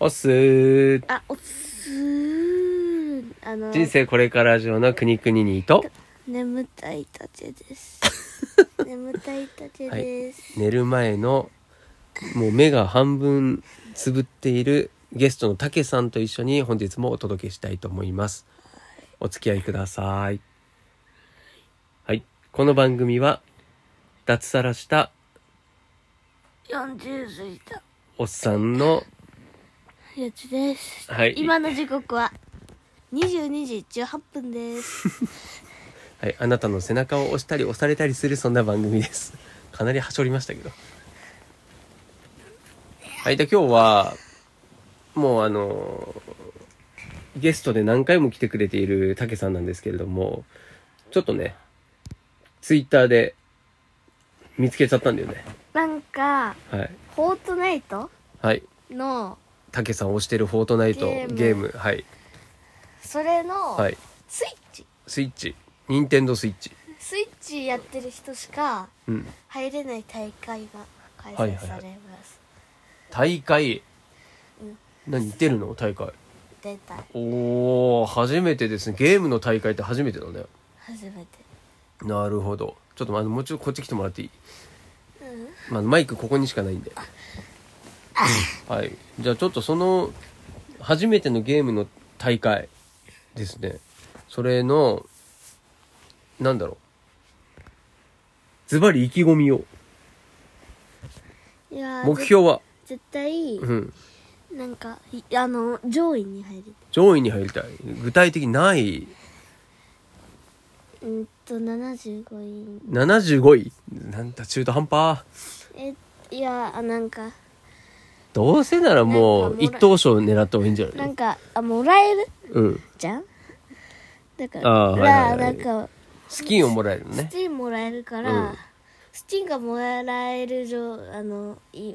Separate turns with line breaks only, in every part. おっすー
あ、おっすー。あの、
人生これから上の国国にと
眠たいた ちです。眠たいたちです。
寝る前のもう目が半分つぶっているゲストのたけさんと一緒に本日もお届けしたいと思いますお付き合いくださいはいこの番組は脱サラした
40過ぎた
おっさんの
やつです。
はい
今の時刻は22時18 分です。
はい、あなたの背中を押したり押されたりするそんな番組です。 かなりはしょりましたけど。はい、で今日は、もうあのーゲストで何回も来てくれているたけさんなんですけれども、ちょっとね、ツイッターで見つけちゃったんだよね。
なんか、
はい。
フォートナイト
はい。
の、
たけさん推してるフォートナイト
ゲーム
ゲーム、はい。
それの、
はい。
スイッチ。
スイッチ。ニンテンドスイッチ。
スイッチやってる人しか
うん。
入れない大会が開
はいはい
催
はい
されます。
大会
うん。
何、出るの大会。
出たい。
おお初めてですねゲームの大会って初めてだね
初めて。
なるほどちょっとあのもうちょっとこっち来てもらっていい、
うん。
まあ、マイクここにしかないんではいじゃあちょっとその初めてのゲームの大会ですねそれのなんだろうズバリ意気込みを
いやー
目標は
ぜ絶対、
うん
なんかいあの上位に入る
上位に入りたい具体的にない
うんと75位
75位なんだ中途半端
えいやあなんか
どうせならもう一等賞狙った方がいいんじゃな
ないんかあもらえる
うん。
じゃんだから
あーはいはいはい
なんか
スキンをもらえるの
ス
ね。
チンもらえるから、
うん
スチンがもらえる上あのい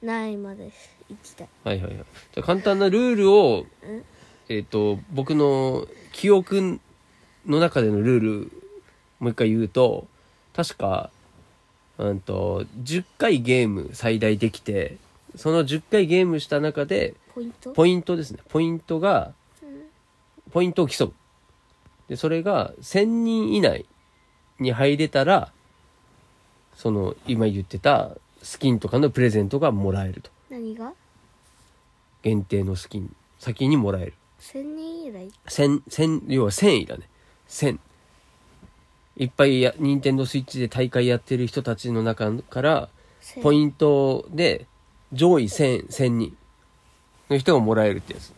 ないまで行きたい
はいはいはい。じゃあ簡単なルールを
うん、
えっ、と、僕の記憶の中でのルール、もう一回言うと、確か、うんと、10回ゲーム最大できて、その10回ゲームした中で、
ポイント
ポイントですね。ポイントが、ポイントを競う。で、それが1000人以内に入れたら、その、今言ってたスキンとかのプレゼントがもらえると。
何が
限定のスキン、先にもらえる。
1000人以来
1000、1000要は1000位だね。1000。いっぱいや、ニンテンドースイッチで大会やってる人たちの中から、ポ
ン
イントで上位1000、1000人の人がもらえるってやつ。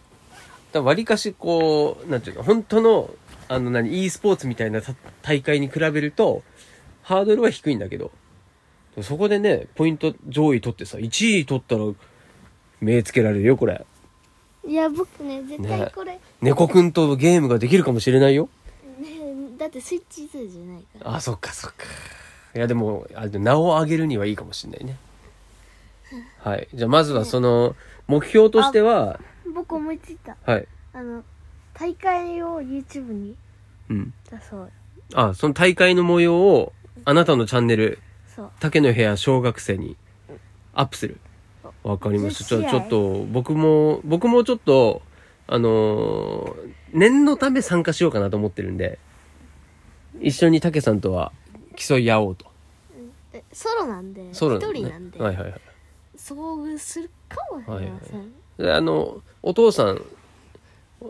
だわりかしこう、なんていうか、本当の、あの何、e スポーツみたいなた大会に比べると、ハードルは低いんだけど、でもそこでね、ポイント上位取ってさ、1位取ったら、目つけられるよ、これ。
トいや僕ね絶
ね
対これ、
猫くんとゲームができるかもしれないよ。
ねだってスイッチ2じゃないから
あ、そっかそっか。いや、でも、あでも名を上げるにはいいかもしれないね。はい。じゃあ、まずはその、目標としては、
僕思いついた
はい。
あの大会を YouTube に
うん。
出そう
あ、その大会の模様を、あなたのチャンネル、
そう
竹の部屋小学生にアップする。わかりました。ちょ、
10
ちょっと、僕も、僕もちょっと、あのー念のため参加しようかなと思ってるんで、一緒に竹さんとは競い合おうと。
えソロなんで一、
ソロのね
人なんで、
はいはいはい。
遭遇するかもしれません、
あの、お父さん、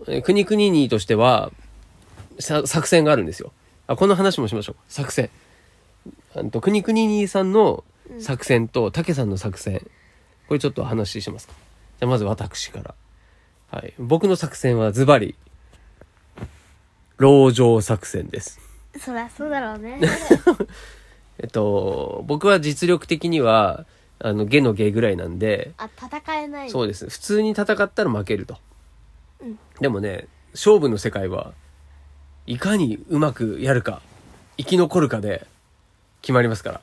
えー国国にとしては、さ作戦があるんですよ。あ、この話もしましょう。作戦。あのと国国にさんの作戦と、竹さんの作戦。これちょっと話しますか。じゃあまず私から。はい。僕の作戦はズバリ、籠城作戦です。
そりゃそうだろ うね
えっと、僕は実力的には、あの、下の下ぐらいなんで、
あ戦えない
そうです。普通に戦ったら負けると。
うん
でもね、勝負の世界はいかにうまくやるか、生き残るかで決まりますから。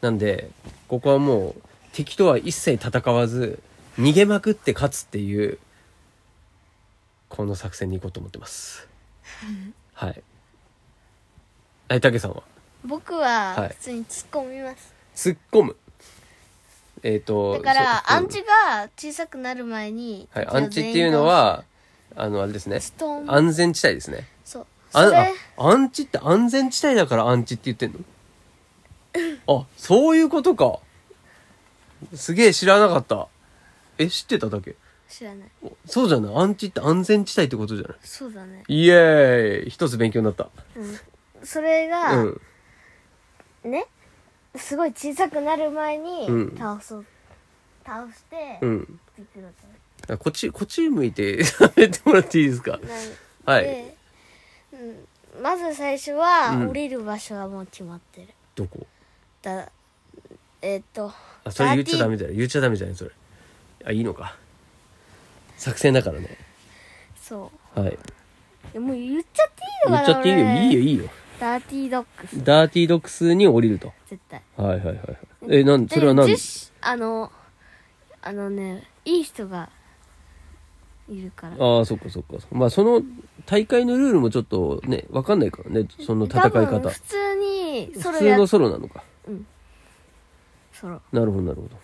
なんで、ここはもう敵とは一切戦わず、逃げまくって勝つっていう、この作戦に行こうと思ってます。はい。はい、たけさんは
僕は
はい
普通に突っ込みます、
突っ込む。えっ、と
だから
そう
アンチが小さくなる前に、
はい、
じゃあ
アンチっていうのはあのあれですね
全員がストーン
安全地帯ですね
そう
あ
それ
あアンチって安全地帯だからアンチって言ってんのあそういうことかすげえ知らなかったえ知ってただけ
知らない
おそうじゃないアンチって安全地帯ってことじゃない
そうだね
イエーイ一つ勉強になった
それが、
うん
ねすごい小さくなる前に
うん
倒そう、倒して、
うん
びっくりだった
こっちこっち向いて 喋ってもらっていいですか
なん
はい
で、うん、まず最初は、
うん
降りる場所はもう決まってる
どこ
だえっと
あそれ言っちゃダメ
30
だよ言っちゃダメじゃないそれあいいのか作戦だからね
そ
はい。
ういやもう言っちゃっていいの
言
かな
っちゃっていいよ。いいよ、
よ
いいよ。
ダーティードッグス
ダーティードックスに降りると。
絶対
はいはいはい。え、なん、それは何
で女子あのあのねいい人がいるから
ああ、そっかそっか。まあ、その大会のルールもちょっとね、わかんないからね、その戦い
多
方
分。普通にソ
普
ロ
通
や
のソロなのか。
ソロ
なるほどなるほど。じ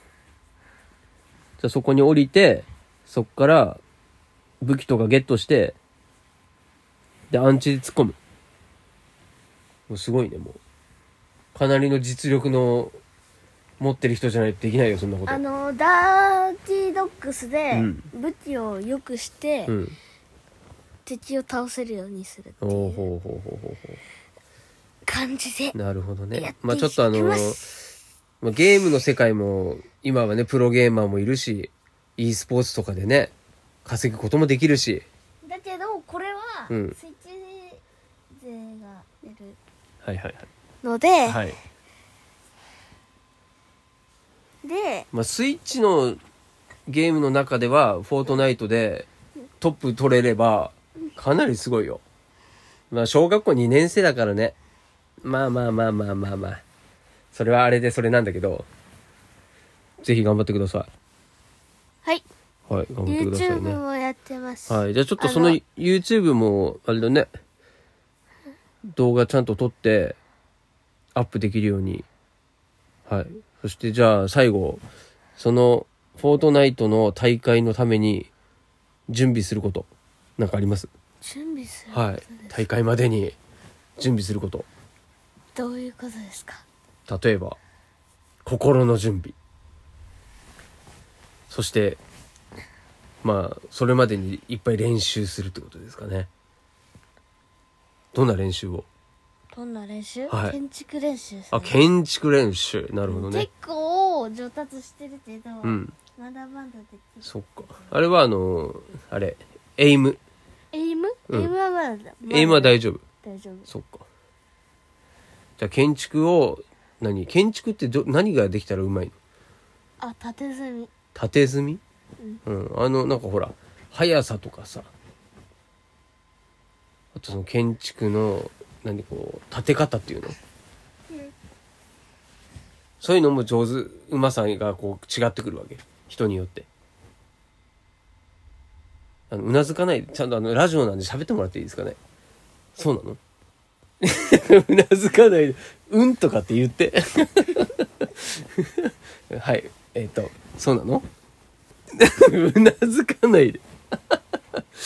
ゃあそこに降りて、そっから武器とかゲットして、で、アンチで突っ込む。もうすごいね、もう。かなりの実力の持ってる人じゃないとできないよ、そんなこと。
あのダーティードッグスで
うん
武器を良くして、
うん。
敵を倒せるようにするって
お
い
ーほう
う
ほうほうほうほ
感じで
う。なるほど
やっ
ね
て。
まあちょっとあの
いきます、
まあゲームの世界も、今はね、プロゲーマーもいるし、e スポーツとかでね、稼ぐこともできるし、
だけどこれは
うん
スイッチ勢が出る
はいはい
ので、
はい。はい。
で
まあスイッチのゲームの中では、フォートナイトでトップ取れれば、かなりすごいよ。まあ小学校2年生だからね。まあまあまあまあまあまあ。それはあれでそれなんだけど、ぜひ頑張ってくださ
はい
い。はい、頑張ってくださいね。
YouTube もやってます、
はい。じゃあちょっとその
あの
YouTube も、あれだね、動画ちゃんと撮って、アップできるように。はい。そしてじゃあ最後、その、フォートナイトの大会のために、準備すること、なんかあります
準備すること
は
で
い。大会までに、準備すること。
どういうことですか
例えば、心の準備。そして、まあ、それまでにいっぱい練習するってことですかね。どんな練習を
どんな練習、
はい
建築練習です、ね、
あ、建築練習。なるほどね
結。構上達してるけど、
うん。
まだまだできる
そっか。あれはあの、あれ、エイム。
エイム、
うん
エイムはまだだまだ
エイムは大丈夫。
大丈夫
そっか。じゃあ建築を、何建築ってど、何ができたらうまいの
あ縦積み
縦積み、うん、あのなんかほら速さとかさあとその建築の何こう建て方っていうの、そういうのも上手うまさがこう違ってくるわけ人によってあのうなずかないちゃんとあのラジオなんで喋ってもらっていいですかねそうなの うなずかないで「うん」とかって言って はいえっ、とそうなの うなずかないで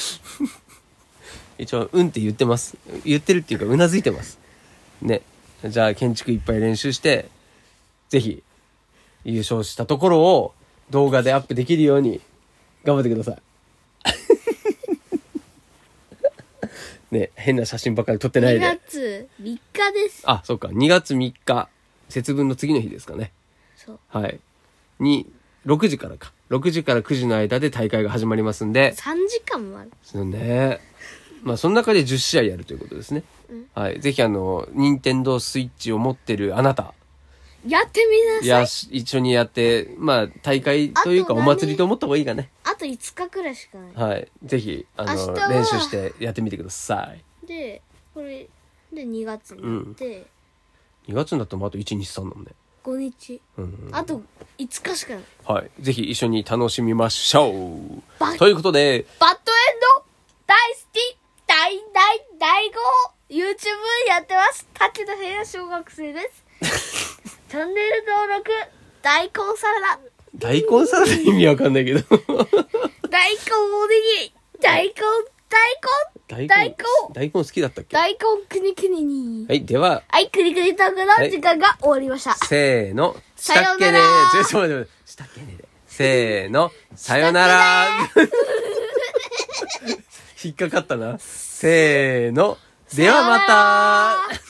一応「うん」って言ってます言ってるっていうかうなずいてますねじゃあ建築いっぱい練習してぜひ優勝したところを動画でアップできるように頑張ってください ね変な写真ばっかり撮ってない
2
で
月3日です
あ、そっか。2月3日、節分の次の日ですかね。
そう
はい。に、6時からか。6時から9時の間で大会が始まりますんで。
3時間もある
そうね。まあ、その中で10試合やるということですね。はい。ぜひ、あの、任天堂スイッチを持ってるあなた、
やってみなさい
や、し一緒にやって、まあ、大会というか
あ
お
と何
祭りと思った方がいいかね。
あと5日くらいしかない
はい。ぜひ、あの
明日、は
練習してやってみてください。
でこれで2月になって、
2月になってもあと1、2、3なんで。
5日
うん。
あと5日しかない
はい。ぜひ一緒に楽しみましょ
バ
う。ということで、
バッドエンド大好き大大大号 YouTube やってます竹 野部屋小学生ですチャンネル登録大根サラダ
大根サラダ意味わかんない けど。
大根おにぎり大根大根大根
大根好きだったっけは
大根くにくにに
い、では、
はい、くりくりトークの時間が終わりました。
せーの、
さようなら
したっけねちょ、ちょ、待って待って、したっけねで。せーの、さよなら 引っかかったな。せーの、ではまた